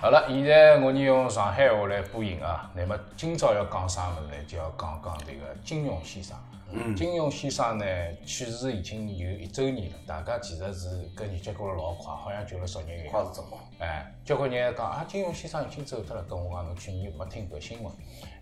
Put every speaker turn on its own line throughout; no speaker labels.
好了，现在我们用上海话来播音啊。那么今朝要讲啥物事呢？就要讲讲这个金庸先生。金庸先生呢，去世已经有一周年了，大家其实是搿日节过得老快，好像就了十日月。
快是怎么？
哎，交关人讲啊，金庸先生已经走脱了，跟我讲侬去年没听搿新闻。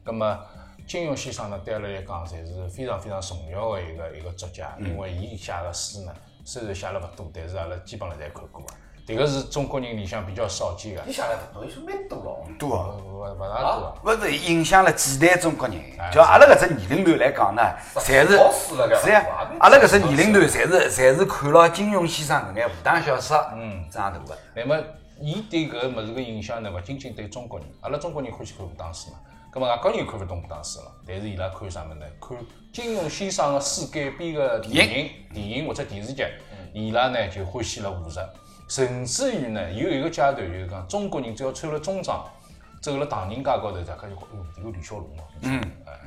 葛么，金庸先生呢，对阿拉来讲，侪是非常非常重要的一个一个作家，因为伊写个书呢，虽然写了勿多，但是阿拉基本上侪看过啊。迭个是中国人里向比较少见个，
你想了，侬说蛮多了。
多哦。
勿勿勿大多。
勿是影响了几代中国人，就阿拉搿只年龄段来讲呢，侪是
哎老死了搿啊
是呀
样子，
阿拉搿只年龄段侪是侪是看了金庸先生搿眼武打小说
嗯
长大的。
那么，伊对搿物事个影响呢，勿仅仅对中国人，阿拉中国人欢喜看武打书嘛，葛末外国人看勿懂武打书了，但是伊拉看啥物事呢？看金庸先生个书改编个电影、电影或者电视剧，伊拉呢就欢喜了武术，甚至于呢有一个阶段就是讲，中国人只要穿了中装，走了唐人街高头，大家就讲，哟，迭个李小龙哦，嗯，哎，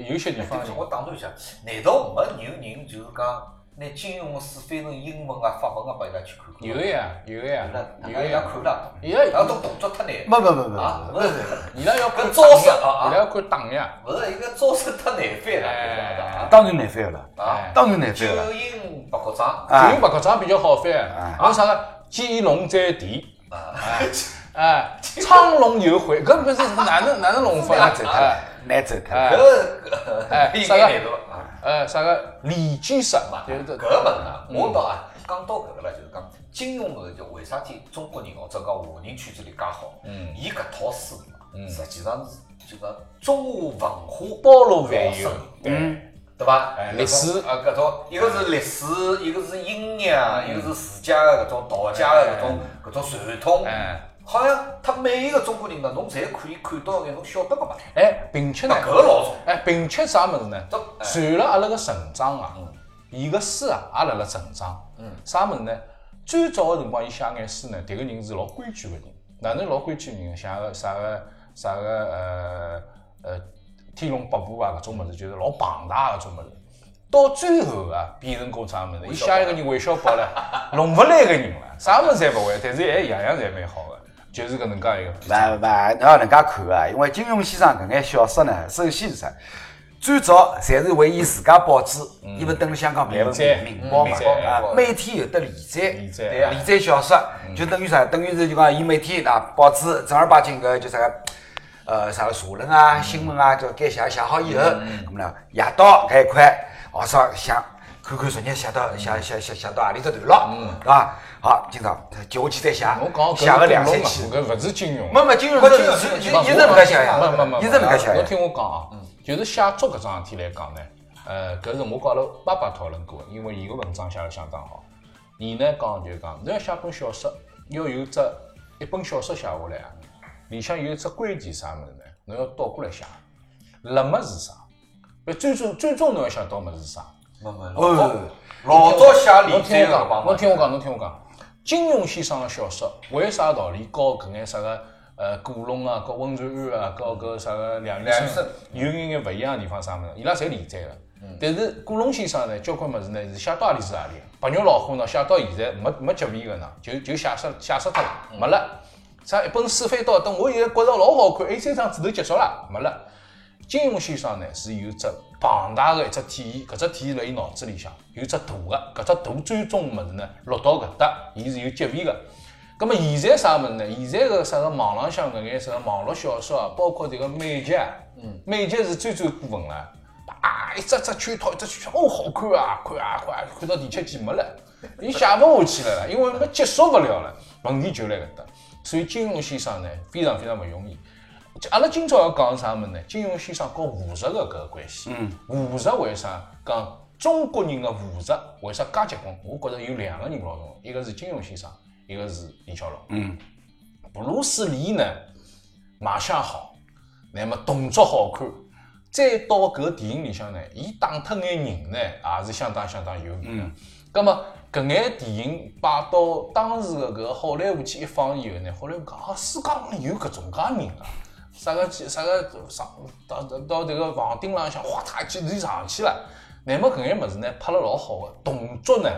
有有些地方
但是我打断一下，难道没有人就是讲拿金庸的书翻成英文啊、法文啊，拨伊拉去看看？
有的呀，有的呀
伊拉，
有
伊
的
拉
呀
看勿啦？
伊拉
伊拉懂动作太难。
不不不不
啊，
不
勿是。
伊拉要看
搿招式啊啊
伊拉要看打呀。
勿是，伊个招式太难翻了，
当然难翻了，
对伐？啊，
当然难翻了。
九阴白骨爪，
九阴白骨爪比较好翻，还有啥啊个鸡龙在地，哎，苍龙有悔，搿不是哪能哪能弄法
难
啊
走？
哎
脱，难走脱。
哎
搿个
哎
搿应
啥个
该难度啊。
呃，啥个李居神嘛，就是
搿个物事啊，我倒啊，讲到搿个了，就是讲金庸搿就为啥体中国人或者讲华人圈子里介好？
嗯
伊搿套书实际上是就讲中华文化
包罗万有
深，
对，
对伐
哎？
搿种
历史
啊，搿种一个是历史，一个是阴阳，一个是儒家的搿种道家的搿种搿种传统，
哎
好像他每一个中国人呢，侬侪可以看到眼侬晓得个物事，
哎，并且呢
搿，个老重要。
哎，并且啥物事呢
这？哎
随了阿拉个成长啊，伊个书啊也辣辣成长，啥物事呢？最早个辰光伊写眼书呢，迭个人是老规矩个人，哪能老规矩的人？写个啥个啥个呃呃《天龙八部》啊搿种物事，就是老庞大搿种物事。到最后啊，变成过啥物事？伊写一个人韦小宝唻，弄勿来个人了，啥物事侪勿会，但是还样样侪蛮好个，就是搿能介一个。
勿勿，侬要能介看啊，因为金庸先生搿眼小说呢，首先是啥？最早侪是为伊自家报纸，
嗯
伊勿登了香港《每日
连载
明明报》嘛
嗯连载
啊
嗯，
每天有得连载，
连载
对啊连载小说，
嗯
就等于啥？等于是就讲伊每天拿报纸正儿八经个就啥个。呃，啥个社论啊、
嗯
新闻啊，就该写写好以后，咁么呢，夜到搿一块，学生想看看昨日写到写
嗯
写写写到何里只段落，对伐？好，今朝接下去再写
侬讲，
写
搿
个
是
两
古
三
龙啊
期，
搿勿是金庸啊。
没没，金融
不
是
金融
是
金
是
融
一直勿敢写呀
没没没，，
一直勿敢写
侬
呀。
听我讲
嗯
啊，就是写作搿桩事体来讲呢，呃，搿是我跟阿拉爸爸讨论过的，因为伊个文章写得相当好。伊呢讲就是讲，侬要写本小说，要有只一本小说写下来啊，里向有一只关键啥物事呢？侬要倒过来写，辣么是啥？最终最终侬要想到么是啥？
没没，老早
哦，
老早写
侬
连
听我
载个
讲，侬
帮
听我讲，侬听我讲，金庸先生的小说为啥道理和搿眼啥个呃古龙啊、和温传安啊、和搿啥个梁羽
梁羽
生
生
有眼眼勿一样的地方啥物事？伊拉侪连载个。但是古龙先生呢，交关物事呢是写到何里是何里，白鸟老虎呢写到现在没没结尾个呢，就就写失写失脱了，没了。啥一本书翻到等我现在觉着老好看，哎，三张纸头结束了，没了。金庸先生呢是有只庞大的一只体系，搿只体系辣伊脑子里向有只图个，搿只图最终物事呢落到搿搭，伊是有结尾个。葛末现在啥物事呢？现在个啥个网浪向搿眼啥个网络小说啊，包括迭个美剧啊，美剧是最最过分了。啊，一只只圈套，一只圈套，哦，好看啊，看啊看啊，看到第七季没了，伊写勿下去了啦，因为没结束勿了了。问题就辣搿搭，所以金庸先生呢，非常非常勿容易。就阿拉今朝要讲啥物事呢？金庸先生和武术个搿个关系。嗯，武术为啥讲中国人的武术为啥介结棍？我觉着有两个人老重要，一个是金庸先生，一个是李小龙。
嗯，
布鲁斯李呢，卖相好，那么动作好看，再到搿电影里向呢，伊打脱眼人呢，也是相当相当有名的。葛末啊搿眼电影摆到当时的搿个好莱坞去一放以后呢，好莱坞讲啊，世界高头有搿种介人啊，啥个去啥个上到到到迭个房顶浪向哗嗒一记就上去了。乃末搿眼物事呢，拍了老好个，动作呢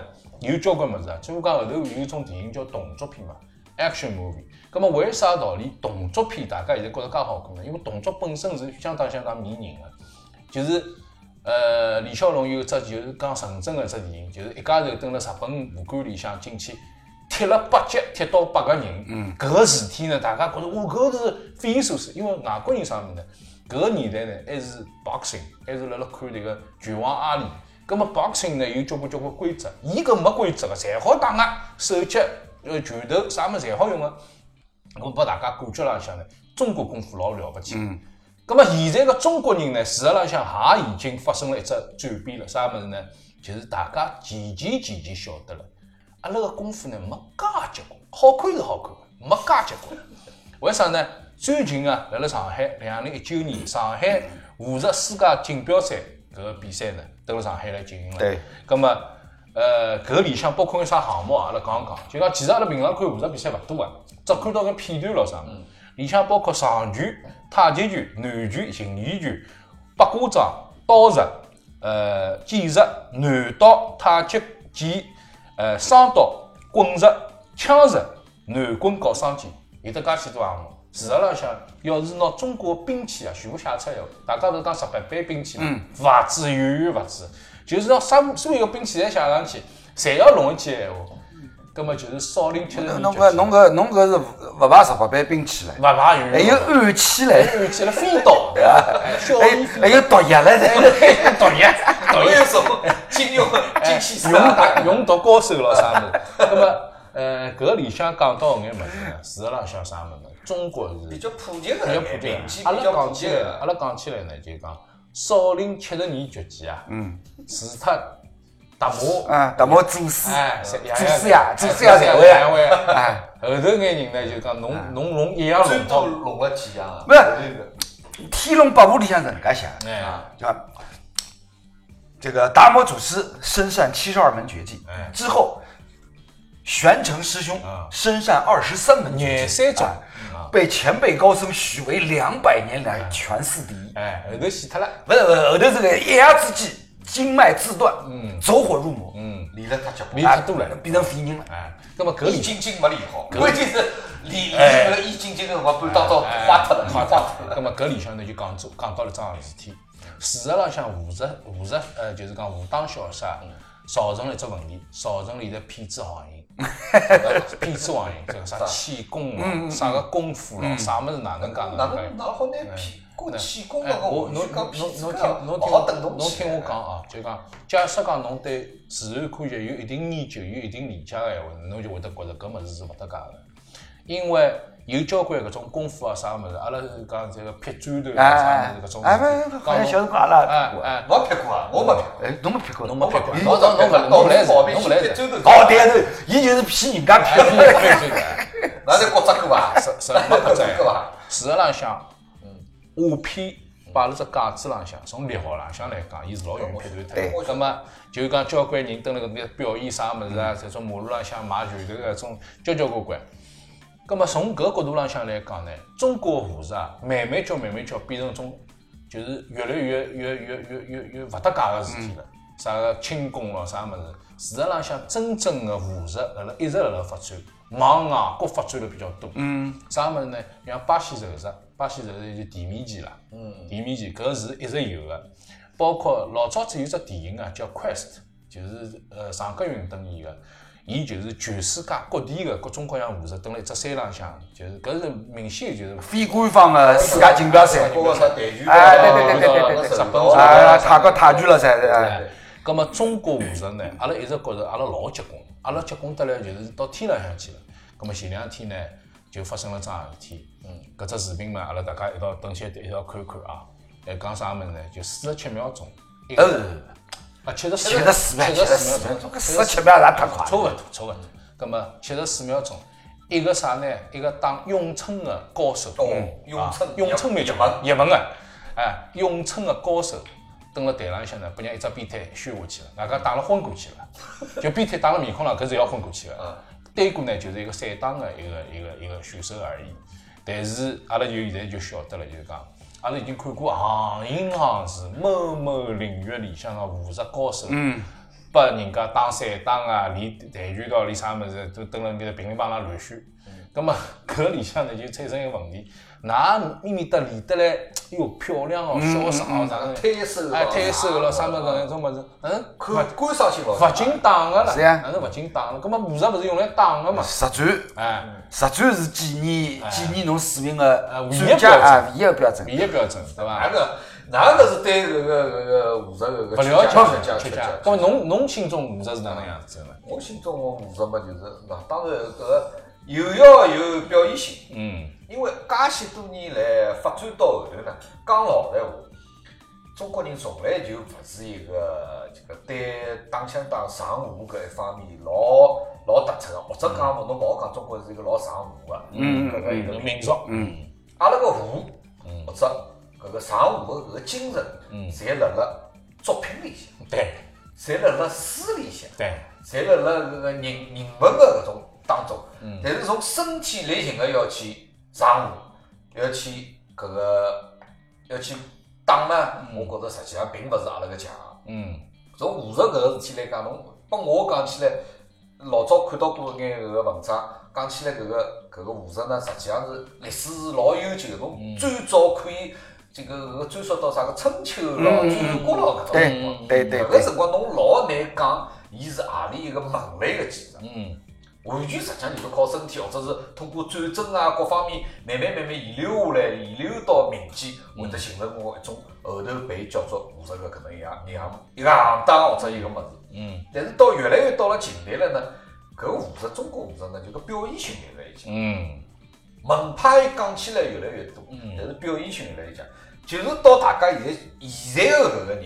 有交关物事啊。只不过讲后头有一种电影叫动作片嘛， action movie。咁么为啥道理动作片大家现在觉得介好看呢？因为动作本身是相当相当迷人的，就是呃李小龙有一只就是讲纯正的一只电影，就是一家头蹲辣日本武馆里向进去。踢了八脚，踢到八个人，嗯，搿个事体呢，大家觉得哇，搿是匪夷所思。因为外国人啥物事呢？搿个年代呢，还是 boxing，还是辣辣看迭个拳王阿里。葛末 boxing 呢，有交关交关规则，伊搿没规则个，侪好打啊，手脚、呃拳头啥物事侪好用啊。我拨大家感觉浪向呢，中国功夫老了不起。嗯。葛末现在个中国人呢，事实浪向也已经发生了一只转变了，啥物事呢？就是大家渐渐渐渐晓得了。阿拉个功夫呢没介结棍，好看是好看个，没介结棍。 为啥呢？最近啊，辣辣上海，两零一九年上海武术世界锦标赛搿个比赛呢，都辣上海来进行了。
对。
葛么，啊呃，搿里向包括有啥项目啊？阿拉讲讲，就讲其实阿拉平常看武术比赛勿多啊，只看到搿片段咯啥物事。里向包括长拳、太极拳、南拳、形意拳、八卦掌、刀术、呃剑术、南刀、太极剑。呃，双刀、棍术、枪术、南棍搞双剑，有得介许多项目。事实浪向，要是拿中国兵器啊全部写出来，大家勿是讲日本版兵器嘛，勿止，远远勿止。就是拿啥所有个兵器侪写上去，侪要弄一记闲话，葛末嗯就是少林七十二
侬搿侬搿侬搿是勿勿排十八般兵器了，
勿怕远
还有
远，
暗器嘞，
还有哎起了飞刀，对伐？哎 小
还
李
有
飞
还有毒液了 嘞。
刀，导演，导
还
演
有什 么金庸、金气
用毒用毒高手咯啥物事。那么，呃，搿里向讲到搿眼物事呢，事实浪向啥物事呢？中国是
哎比
比
较普及个，
较普遍
名气。
阿
比
拉
较普
讲
及
起来，
个。
阿拉讲起来呢，就讲少林七十二绝技啊，嗯，除脱达摩，
啊，达摩祖师，
哎，侪
祖师爷祖师爷
爷
侪会啊
侪会啊
哎。
后头眼人呢，就讲侬侬侬一样
最
弄
多
到，
弄了几样啊？
不是天龙八部》里向是搿能介写的。
哎，
对吧？这个达摩祖师深善七十二门绝技，
哎
之后玄成师兄
啊
深善二十三门绝
廿
技，
三种啊，
啊，被前辈高僧许为两百年来全市第一。
哎，后头死脱了，
不是，不是后头这个一夜之间经脉自断，走火入魔，啊
嗯，
练了太结棍
练，太多了，
变成废人了。
哎，那么搿
易
里
筋经没练好，关键是练
哎
练了易筋经的辰光，半道到花脱了，
花
花
掉
脱了。
那么搿里向呢就讲做讲到了桩事体，事实浪向武术武术呃就是讲武当小说
嗯
啊，造成了一只问题，造成了现在痞子行 业，痞子行业这个啥气功
嗯
啊，啥个功夫咯，啥物事哪能讲啊
哪
哪能
能
讲。
哪能好拿屁股气功
哎
那，
哦
个
我
我
侬
去讲
侬
屁
侬
股
侬
个
听
啊
侬听
好等
我
东
侬
西。
听我讲啊，就讲，假设讲侬对自然科学有一定研究、有一定理解个闲话，侬就会得觉着搿物事是勿搭界个，因为有交关搿种功夫啊啥物事，阿拉是讲这个劈砖头啊啥
哎
物事搿种事体，
哎，不不，好像小
讲
辰
侬
光阿拉
哎
过，
哎，
没屁股啊，我没屁股。
哎，侬没劈过，
侬没劈过，
哎
侬侬侬勿侬勿来事，侬勿来事，
哦，对个对个，伊就是骗人家
哎劈劈砖头
劈啊
哎。
哪在国扎过伐？
是是没搿只
搿伐？
事实浪向，嗯，画片摆辣只架子浪向，从力学浪向来讲，伊是老容易劈断脱。
对
葛么就讲交关人蹲辣搿边表演啥物事啊，这种马路浪向买拳头搿种交交关关。葛么从搿角度浪向来讲呢，中国武术啊，慢慢叫慢慢叫变成一种，就是越来越越越越越越勿搭界个事体了。啥个轻功咯，啥物事？事实浪向真正个武术辣辣一直辣辣发展，往外国发展了比较多。嗯，啥物事呢？像巴西柔术，巴西柔术就地面技啦。嗯，地面技搿是一直有个，包括老早子有只电影啊，叫《Quest》，就是呃常格云登演个。伊就是全世界各地个各种各样武术，蹲辣一只山浪向，就是搿是明显就是
非官方的世界锦标赛。
包括啥台球
哎
对
对
对对对对对
啊，泰国泰拳了噻，哎，
咁么中国武术呢，阿拉一直觉着阿拉老结棍，阿拉结棍得来就是到天浪向去了。咁么前两天呢，就发生了桩事体。嗯，搿只视频嘛，阿拉大家一道等歇一道看看啊。哎，讲啥物事呢？就四十七秒钟。一个
呃，
啊，七十四，
七十四秒，
七十
七十
四
四
秒
秒
钟
钟，，四十七秒也太快
差
了。
勿多，差勿多。咁么七十四秒钟，一个啥呢？一个打咏春的高手，
哦咏春
啊咏春蛮
入
叫
门
入门个，哎，咏春个高手蹲辣台浪向呢，拨人家一只鞭腿削下去了，外加打了昏过去了，就鞭腿打了面孔浪，搿是要昏过去个。对过呢，就是一个散打个一个一个一个选手而已。但是阿拉就现在就晓得了，就是讲，阿拉已经看过行行行市某某领域里向个武术高手，嗯，拨人家打散打啊，练跆拳道，练啥物事，都蹲辣面头乒里乓啦乱选。咁么 搿个里向呢就产生一个问题，哪咪咪得练得来，哟漂亮哦，潇洒哦，哪能
推手
哎
哦
推手了，啥物事搿种物事，嗯，
看观赏性老
勿进打个啦，
是呀
哪能勿进打了？咁么武术勿是用来打个嘛？
实战，
哎，
实战是检验检验侬水平的
唯一
专家
标准
啊唯一的标准。
唯一标准对伐
哪？个哪个是对搿个搿个武术搿个
勿了
缺
解
家
缺
缺
家
家，。
咁么侬侬心中武术是哪能样子的呢？
我心中我武术嘛就是，那当然搿个有要有表演性，
嗯，
因为介许多年来发展到后头呢，讲老闲话，中国人从来就勿是一个这个对打枪打上武搿一方面老老突出个，或者讲侬勿好讲中国是一个老上武个，嗯搿个一个民
民族，嗯，
阿拉个武，或者搿个上武个搿个精神，侪辣辣作品里向，
对
侪辣辣书里向。
对，
侪辣辣搿个人人文的搿种当中，但是从身体力行的要去上武，要去搿个要去打呢，我觉着实际上并勿是阿拉个强项。
嗯
从武术搿个事体来讲，侬拨我讲起来，老早看到过一眼搿个文章，讲起来搿个搿个武术呢，实际上是历史是老悠久的，侬
嗯
最早可以这个搿个追溯到啥个春秋咯、战国咯搿种
对
辰光。
嗯对对
搿个
对，
辰光侬老难讲，伊是何里一个门类个技术，
嗯，
完全实际上就是靠身体，或者是通过战争啊各方面慢慢慢慢遗留下来，遗留到民间，会得形成我一种后头被叫做武术个搿能一样一样一个行当或者一个物事。
嗯
但是到越来越到了近代了呢，搿武术中国武术呢，就搿表演性越来越强，
嗯
门派讲起来越来越多，但是表演性越来越强。就是到大家现在现在的搿个人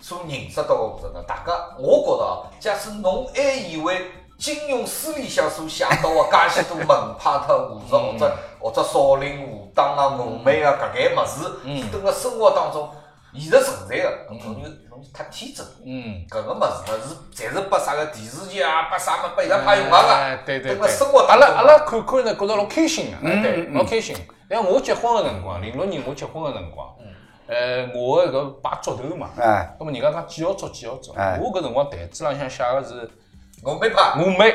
所认识到个武术呢，大家我觉着啊，假使侬还以为金庸书里向所写到个介许多门派特武术，
嗯
或者或者少林、武当啊、峨眉啊搿眼物
嗯
事，是蹲辣生活当中现实存在个，侬就侬就太天真了。
嗯，
搿个物事呢是，侪是拨啥个电视剧啊，拨啥么，拨伊拉派用场
哎
个。
对对
等个
对，
生活
阿
当
拉
中嗯
阿拉看看呢，觉着老开心个，哎对，老开心。但我结婚个辰光，零六年我结婚个辰
嗯
光，呃，我的搿摆桌头嘛，
哎，
那么人家讲几号桌几号桌，
哎
我搿辰光台子浪向写个是。
我没派，
我妹，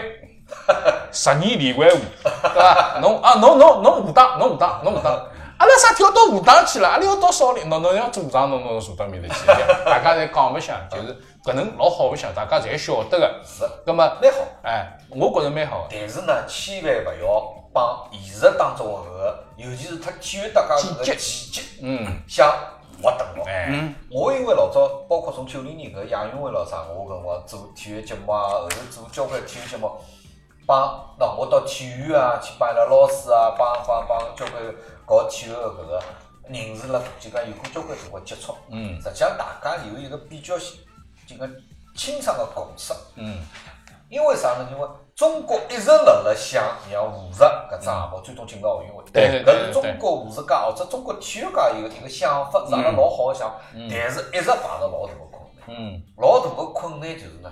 十年连环舞，对伐？ 侬啊，侬侬侬武当，侬武当，侬武当。阿拉啥跳到武当去了？阿拉要到少林，侬侬要做武当，侬侬坐到面头去，大家侪讲白相，就是搿能老好白相，大家侪晓得个。
是
葛么，
蛮好。
哎，我觉着蛮好个。
但是呢，千万勿要帮现实当中搿个，尤其是他体育大家搿个
季节
季节
嗯，
相划等号。
哎，
我因为老早，包括从九零年搿亚运会咾啥，我搿辰光做体育节目啊，后头做交关体育节目，呃帮那我到体育啊去帮伊拉老师啊，帮帮帮呃交关搞体育的搿个人士辣就讲有过交关辰光接触。
嗯
实际上大家有一个比较就讲清爽的共识。
嗯
因为啥呢？因为中国一直辣辣想让武术搿只项目最终进到奥运会，
嗯对对对
搿是中国武术界或者中国体育界有一个想法，是阿拉老好个想法，但是一直碰着老大个困难。
嗯
老大个困难就是呢，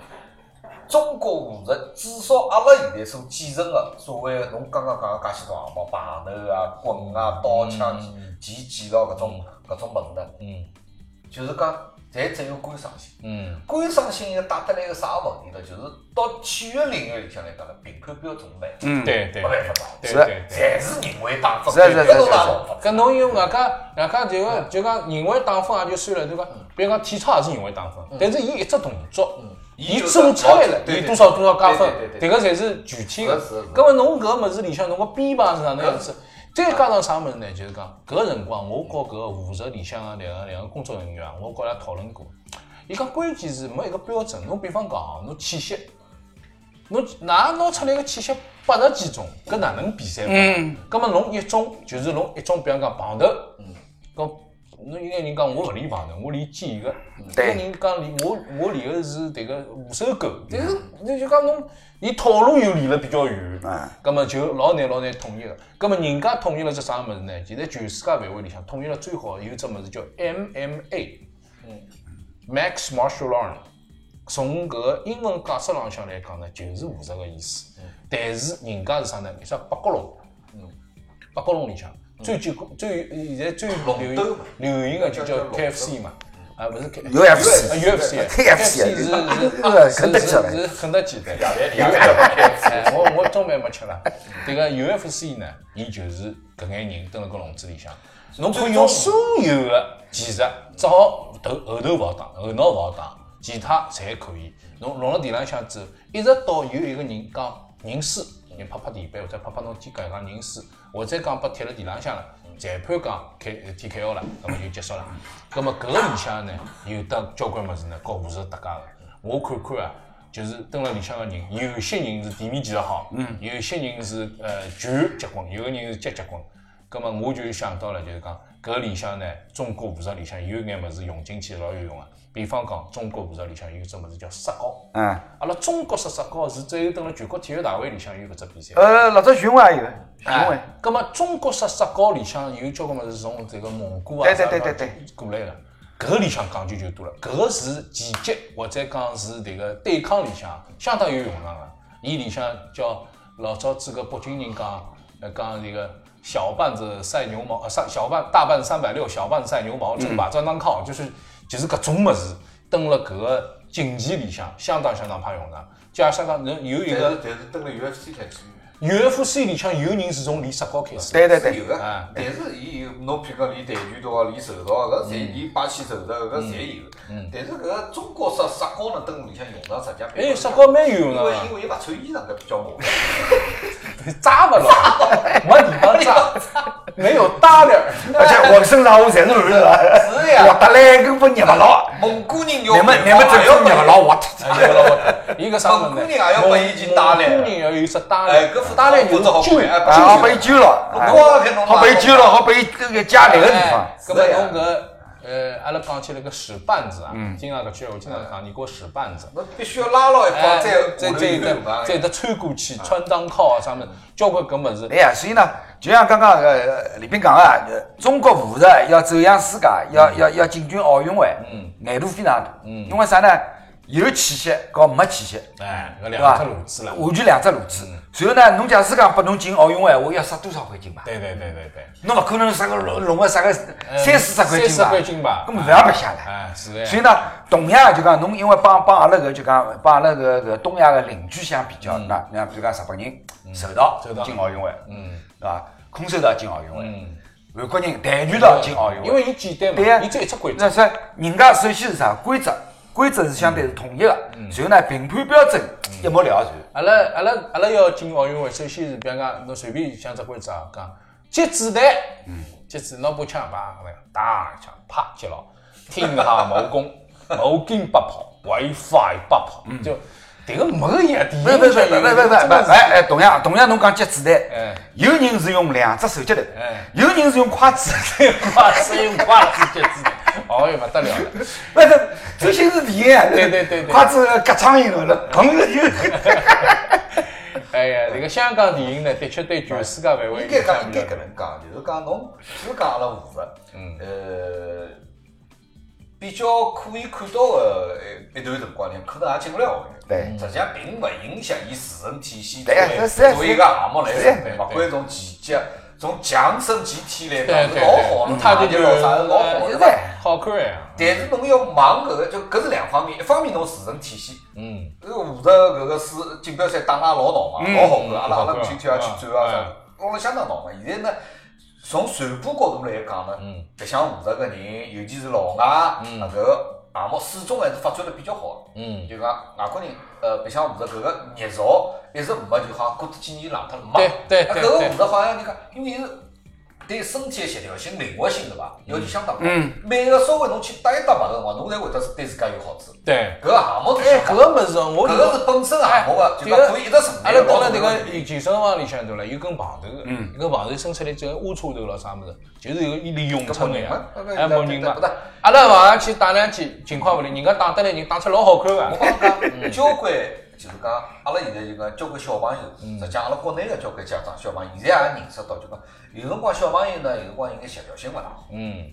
中国武术至少阿拉现在所继承个所谓的侬刚刚讲个介许多项目，棒头啊、棍啊、刀枪、剑剑咯搿种搿种物事呢，
嗯
就是讲侪只有观赏性。
嗯
观赏性又带得来个啥问题呢？就是到体育领域里向来讲呢，评判标准没
嗯，对对
没办法搞，
对
是
对对。
侪哦是人为打分，
是是是
别都打老
搿侬用外加外加就个就讲人为打分也就算了，对伐？
嗯
比如讲体操也是人为打分，但是伊一只动作，伊做出来了，
哦对
伊
对
多少多少加分
对对，
迭个侪是具体个
是是是。嗯
搿么侬搿个物事里向侬个编排是哪能样子？再加上啥物事呢？就是讲搿个辰光，我和搿个武术里向个两个两个工作人员啊，我和伊拉讨论过。伊讲关键是没一个标准，侬比方讲哦，侬气息，侬哪拿出来个气息八十几种，搿哪能比赛？嗯，葛么侬一种就是侬一种，比方讲棒头，嗯，搿侬有眼人讲我勿练棒头，我练剑个，
嗯对
有
嗯
眼人讲练我我练个是迭个五手钩，但是你就讲侬伊套路又离了比较远，
嗯，
葛么就老难老难统一个。葛么人家统一了只啥物事呢？现在全世界范围里向统一了最好的有只物事叫 MMA。Max Martial Art，从搿个英文解释浪向来讲呢，就是武术个意思。
嗯
但是人家是啥呢？你说八角笼，八角笼里向最最最现在最流
斗
行
嗯嘛
流行个就叫
叫龙斗
KFC 嘛，啊不是 K- 啊
有 FC
啊
UFC，KFC 是是
搿个肯德基
是
了
是肯德基的。
大，
哎，我我中饭没吃了。迭个 UFC 呢，伊就是搿眼人蹲辣搿笼子里向，侬可以用所有的技术，只好头后头勿好打，后脑勿好打，其他侪可以。侬弄了地浪向之后，一直到有一个人讲认输，人拍拍地板或者拍拍侬肩胛讲认输，或者讲被踢辣地浪向了。裁判讲 K T K O 了，那么就结束了。那么搿个里向呢，有得交关物事呢，和武术搭界个。我看看啊，就是蹲辣里向个人，有些人是地面技术好，嗯，有些人是呃拳结棍，有个人是脚结棍。葛么我就想到了，就是讲搿里向呢，中国武术里向有眼物事用进去老有用个。比方讲，中国武术里向有只物事叫杀高。
嗯，
阿拉中国式杀高是只有蹲辣全国体育大会里向有搿只比赛。
呃，老早巡回也有，巡回
哎，葛么中国式杀高里向有交关物事是从这个蒙古啊
对
啥
对对
地方
对
过来的，搿个里向讲究就多了，搿个是前击或者讲是迭个对抗里向相当有用啊场的。伊里向叫老早子个北京人讲，呃讲这个小绊子赛牛毛，呃三小绊大绊三百六，小绊赛牛毛，
嗯
正把专当靠，就是就是搿种物事登了搿个竞技里向相当相当派用场。加上讲侬有一
但
个
是但是登了 UFC 开始
UFC 里向有人是从练杀高开始的。
对对
有
对，
个
哎，
但是伊有侬譬如讲练跆拳道啊，练柔道啊，搿侪练巴西柔道啊搿侪有。
嗯
但是搿个中国式杀高呢，登陆里向用场实际上
哎，石膏蛮有
因
用
为
的，
因为伊勿穿衣裳搿比较麻烦。
扎不牢，没地方扎，没有搭链儿。
而且浑身上下侪是汗是吧？
是呀，
滑得来根本捏勿牢，
蒙古人要
你们你们真是捏勿牢滑脱。
哎要不要伊个啥
蒙
物事
古人
呢？
也要拨伊去搭链
蒙古人要哦有只搭
哎
链
搿副，
搭链就是
不好
旧
看哎
啊，好
不
被揪了，
侬
哎
光看侬
好被揪了，好被这个加这个地方
哎。搿
是呀
么侬搿呃，阿拉讲起来搿屎绊子啊，经常搿句闲话经常讲，你给我屎绊子。
侬必须要拉牢一
哎
方，再
嗯再
再
再
再
有得
嘛。
再有得穿过去，穿裆靠啊啥物事，交关搿物事。
哎对呀，所以呢，就像刚刚呃李斌讲的啊，呃中国武术要走向世界，要
嗯
要要进军奥运会，难度非常大。因为啥呢？有器械和没器械，
哎，搿
对
两
吧
只路子了？。
完全两只路子。
嗯
随后呢，侬假使讲拨侬进奥运会，我要杀多少块金牌？
对对对对对。
侬勿可能杀个弄弄个啥个三四十块金牌，
嗯三四块金牌
根本勿要白相了。
哎，是的呀。
所以呢，同样就讲，侬因为帮帮阿拉搿就讲帮阿拉搿搿东亚个邻居相比较，那那比如讲日本人柔道
柔道
进奥运会，
嗯，
对伐？空手道进奥运会
嗯，
韩国人跆拳道进奥运会，
哦因为伊简单
对呀
嘛，，伊只有一只规则。
那说人家首先是啥规则？规则是相对是统一个，
嗯
然后呢，评判标准一目了然。
阿拉阿拉阿拉要进奥运会，首先是比方讲，侬随便想只规则啊，讲接子弹，接子拿把枪把打一枪，啪接牢，天下武功，无根不跑，违法也不跑，就迭个没个一样，第一
不不不不不不 不不，哎哎，同样同样，侬讲接子弹
哎，
有人是用两只手接头
哎，
有人是用筷子。
快是用快是接子弹，哦哟不得了了，
不是，这些是体验。
对对对对
筷子夹苍蝇了，那砰就。
哎呀，迭个香港电影呢，的确对全世界范围
应该讲应该搿能讲，就是讲侬，譬如讲阿拉武术，
嗯
呃，比较可以看到的呃一一段辰光呢，可能也进不了奥运。
对
实际上并勿影响伊自身体系
对
作
呀
为
是是
作为一个项目来
是呀
准备，
对
勿管从技击、从强身健体来
对
讲，
对
是老好
对，
的，
他就
就
就
啥是老好
是
的
的。
呃好看呀，
但是侬要忙搿个，就搿是两方面，一方面侬自身体系，
嗯，
搿个武术搿个是锦标赛打了老闹嘛，老好看，阿拉阿拉每天跳下去
哎
转啊啥的，弄了相当闹嘛。现在呢，从传播角度来讲呢，
嗯
搿项武术搿人，尤其是老外，搿个项目始终还是发展得比较好。
嗯，
就讲外国人，呃，搿项武术搿个热潮一直没，就好像过脱几年冷脱了没。
对对
啊
对
搿个
对
武术好像人家，因为伊是对身体的协调性、灵活性对
嗯
伐，要求相当高。每个稍微侬去搭一搭白个辰光，侬才会得对自家有好处。
对。
搿个项目是
哎，
相
搿
当
个物事我
搿个是本身项目个，就
迭
讲可以一直成
阿
立
拉
的。
蹲辣迭
老好的
个健身房里向对伐？有根棒头个，
嗯
一根棒头伸出来之后乌车头咯啥物事，就是有利用称个呀
搿没人嘛，
哎，没人嘛
对对对对。
阿拉往上去打两记，情况勿灵，人家打得来人打出老好啊看
哦
我
个。
帮侬讲，交关就是讲，阿拉现在就讲交关小朋友，实际上阿拉国内个交关家长小朋友，现在也认识到，就讲有辰光小朋友呢，有辰光应该协调性勿大好。
嗯，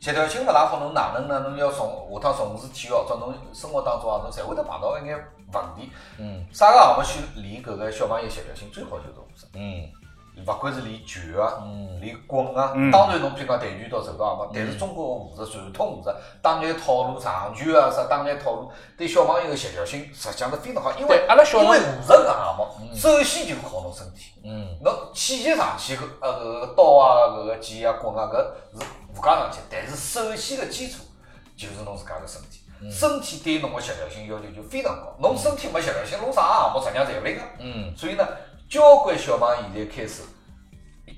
协调性勿大好，侬哪能呢？侬要从下趟从事体育，或者侬生活当中啊，侬侪会得碰到一眼问题。嗯，啥个项目去练搿个小朋友协调性最好就是武术。
嗯，
勿管是练拳啊，练棍啊，当然侬譬如讲跆拳道、柔道
嗯
也没，但是中国武术传统武术，打眼套路、长拳啊啥，打眼套路，对小朋友个协调性实际上是非常好，因为
对阿拉小嗯
因
辰
为武术搿项目，首先就是考侬身体，嗯，侬器械上去搿呃搿个刀啊、搿个剑啊、棍啊搿是附加上去，但是首先个基础就是侬自家个身体。
嗯
身体对侬个协调性要求就非常高，侬身体没协调性，侬啥项目实际上侪勿灵个。嗯，所以呢，交关小朋友现在开始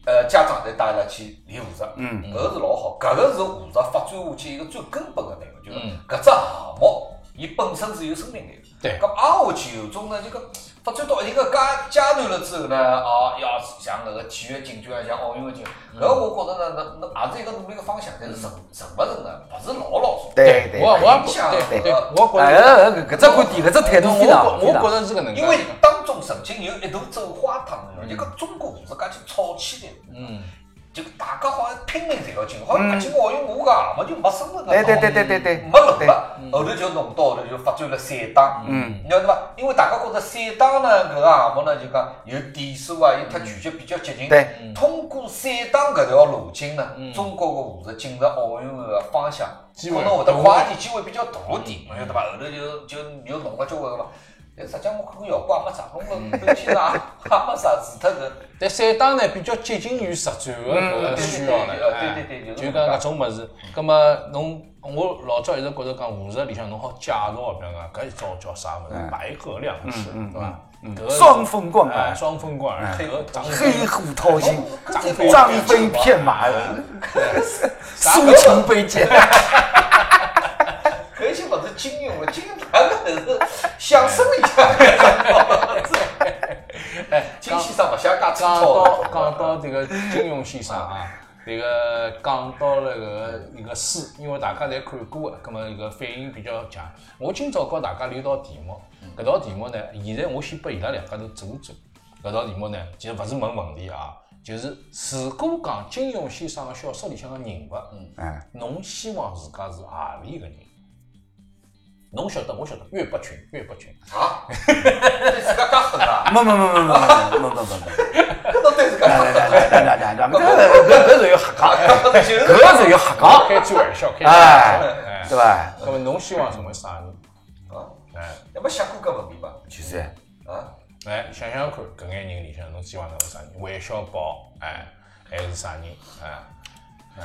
呃，家长侪带阿拉去练武术，嗯，搿个是老好，搿个是武术发展下去一个最根本个内容，就是搿只项目，伊本身是有生命力的。
对
搿挨下去有种呢，就搿发展到一定个阶阶段了之后呢，啊，要像搿个体育竞技啊，像奥运个竞技，搿我觉着呢，那那也是一个努力个方向，但是成成勿成呢，勿是老老重要。
对对，
我我也
影
不
响
对
对
对，
吧
我觉
哎，
着，
呃搿搿只观点，搿只态度非常好，
我
非
觉
常好。
着是搿能介，
因为当中曾经有一度走花趟的，
嗯
一个中国武术界就吵起来，嗯，就大家好像拼命侪要进，好像勿进奥运我个项目就没生了
嗯
啊
对对对对对对，
没落了，后头就弄到后头就发展了散打，嗯，你晓得伐？因为大家觉着散打呢搿个项目呢就讲有点数啊，有它拳击比较接近，
嗯对，嗯
通过散打搿条路径呢，中国个武术进入奥运会个方向，
机会
可能会得快一点，机会比较哎大一点，侬晓得伐？后头就就又弄了交关个嘛。但实际上我看看效果也没啥，弄了半天啊， 也没啥除脱搿。
但散打呢比较接近于实战的搿个需要呢，
嗯对对对对对对对对
就讲搿种物事。葛末侬我老早一直觉着讲武术里向侬好介绍，啊比方讲搿一招叫啥物事，
嗯
白鹤亮翅，对伐？搿个
双凤冠
哎
啊，
双凤冠，黑个长
黑虎掏心，
搿才
张飞骗马，苏秦被剑。
搿些勿是金庸了，金庸哪个是相声里向搿种 哎，金先生勿想介粗
讲
糙
到
的。
讲 到这个金庸先生啊，这个讲到了搿个一个书，因为大家侪看过的，葛么一个反应比较强。我今朝教大家留道题目，搿道题目呢，现在我先拨伊拉两家头做一做。搿道题目呢，其实勿是问问题啊，就是如果讲金庸先生的小说里向个人物，
嗯，
侬希望自家是何里个人？侬晓得，我晓得，岳不群，岳不群，
啊，对自家介狠 啊！
没没没没没没没没没，
搿侬对自家介
来
狠
来
啊！
来来来来，搿搿搿是要瞎讲，
就是
搿是要瞎讲，
开句玩笑，开句玩笑，
哎
哎，，
对伐？
葛么侬希望成为啥人？
啊，
哎。
有没想过搿问题伐？
就是，
啊，
哎，想想看，搿眼人里向侬希望成为啥人？韦小宝，哎，还是啥人？哎，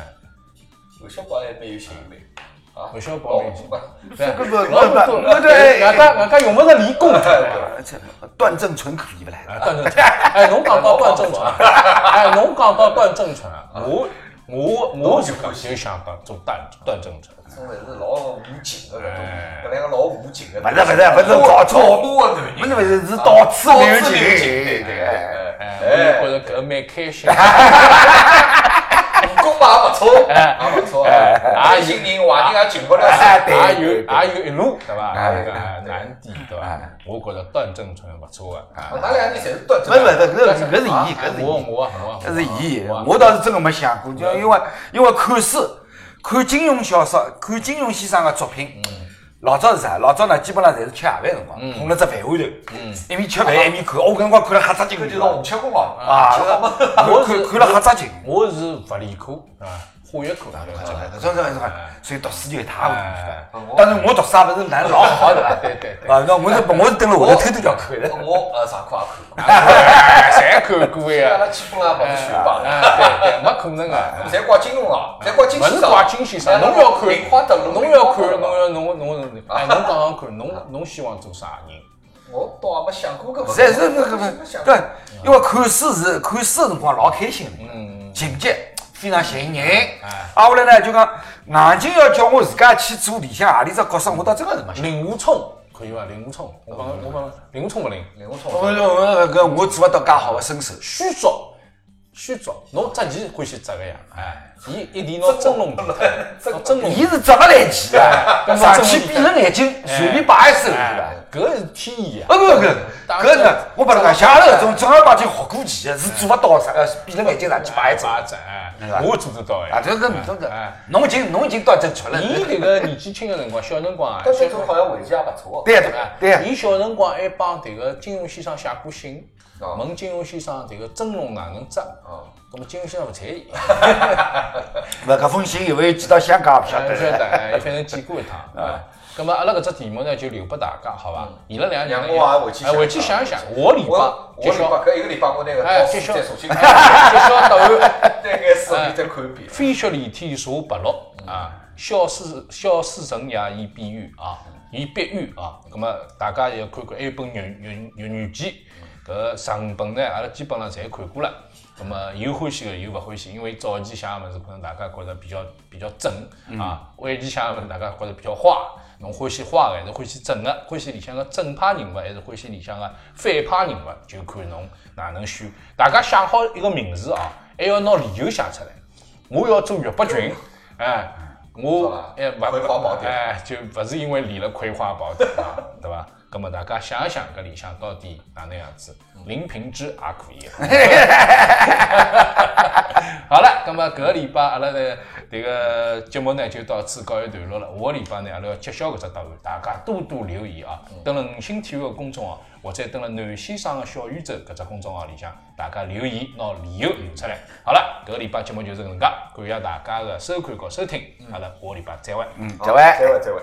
韦小宝还蛮有吸引力啊，
韦小宝
老公吧
对，
不不
老
不不
多
不对
外加外加用勿着理工。
段正淳可以不啦？
哎段正淳，哎，侬讲到段正淳，哎，侬讲到段正淳，我我我就讲就想讲做段段正淳，
真的是老无情的搿种
哎，
搿两个老无情的。
不是不是不是搞错，
马的男
不
人
是不是是到处留
到处留情对对
情，
对
哎，我就觉着搿蛮开心的。
武功嘛也勿错，也勿错，
哎
啊，新人坏人也进不了
哎
身。
也
对
有
对对
也有一路，对伐？
哎
那个哎难点，对伐？我觉着段正淳勿错的。啊
哦哪两个人侪是端
不
正
是
的
不是，搿是搿是伊，搿是
我
伊，
我我，
搿是伊。
我
我倒是真个没想过，就因为因为看书、看金庸小说、看金庸先生个作品。老早是啥？老早呢，基本上侪是吃夜饭辰光，捧了只饭碗头，一面吃饭一面看。哦我搿辰光看了瞎扎劲，
搿就是洪七公老人
啊，
我
我
是
看看了瞎扎劲。
我是物理科啊，化学科啊，
这这这，所以读书就一塌糊
哎
涂。当然我读书也不是难老好对 伐？
对对对
啊，那我是我是蹲了后头偷偷叫看的。
我呃上课也看
哎
过，
侪看过呀
阿拉。基本上勿是全班
哎
啊，对对，没可能啊。
侪挂金融啊，侪挂金哎
勿
先
是
生，
挂金先生，侬要看
零花的，，
侬要看，侬要侬侬哎，侬讲讲看，侬侬希望做啥人？
我倒也没想过搿问题。
侪是那个
没想过
对，因为看书是看书的辰光老开心的，情节非常吸引人。啊，后来呢就讲硬劲要叫我自家去做里向何里只角色，我倒真个是没想。
令狐冲可以伐？令狐冲，我帮我帮令狐冲勿灵。
令狐冲
我我搿我做勿到介好的身手。
虚竹，虚竹，侬执棋欢喜执个呀？哎，伊一定拿真龙比特，拿真龙比
伊是怎么来去的？上去闭着眼睛，随便摆一手，对伐？
特，搿是天意啊
不！不不，搿呢，我把侬讲，像阿拉搿种正儿八经学过棋的，是做勿到啥，呃，闭着眼睛上去摆一
一
走。
把子，哎，我做得到哎
啊，。这个这个
哎，
侬已经侬已经到这出了。
伊迭个年纪轻个辰光，小辰光啊，
但
小
是这好像位置也勿错。
对的
哎
对的，
伊小辰光还帮迭个金庸先生写过信，
哦
问金庸先生迭个真龙哪能扎？
哦，
葛么金庸先生勿睬 伊，
勿搿封信有没有寄到香港？勿晓
哎勿
得。
晓得，哎，反正见过一 趟啊。葛么阿拉搿只题目呢，就留拨大家，好伐？伊拉两个人
两个嗯啊回去想
哎回去想一想，下礼拜
我我
揭
礼拜
晓，
搿一个礼拜我拿个
哎
考
揭
试
晓，
再
哎
重
揭
新
晓
看，
答案。
再眼思维再看一遍。
飞雪连天下白鹿啊，笑书笑书成也已碧玉啊，已碧玉啊。咁么大家也要看看，还有本《玉玉玉女记》搿上本呢，阿拉基本上侪看过了。咁么有欢喜个，有勿欢喜，因为早期写个物事可能大家觉着比较比较正啊，晚期写个物事大家觉着比较花。侬欢喜花个还是欢喜正个？欢喜里向个正派人物还是欢喜里向个反派人物？就看侬哪能选。大家想好一个名字啊，还要拿理由写出来。我要做岳不群，哎，我哎勿
葵花宝典
哎就勿是因为练了葵花宝典 啊，对伐？葛么大家想一想，搿里向到底哪能样子？
嗯
林平之也可以。好了，葛么搿个礼拜阿拉的迭个节目呢就到此告一段落了。下个礼拜呢，阿拉要揭晓搿只答案，大家多多留意啊。登了五星体育个公众号，啊或者登了南先生个小宇宙搿只公众号里向，大家留言拿理由留出来。好了，搿个礼拜节目就是搿能介，感谢大家个收看和收听，阿拉下个礼拜再会。
嗯，这位。
再会，再会。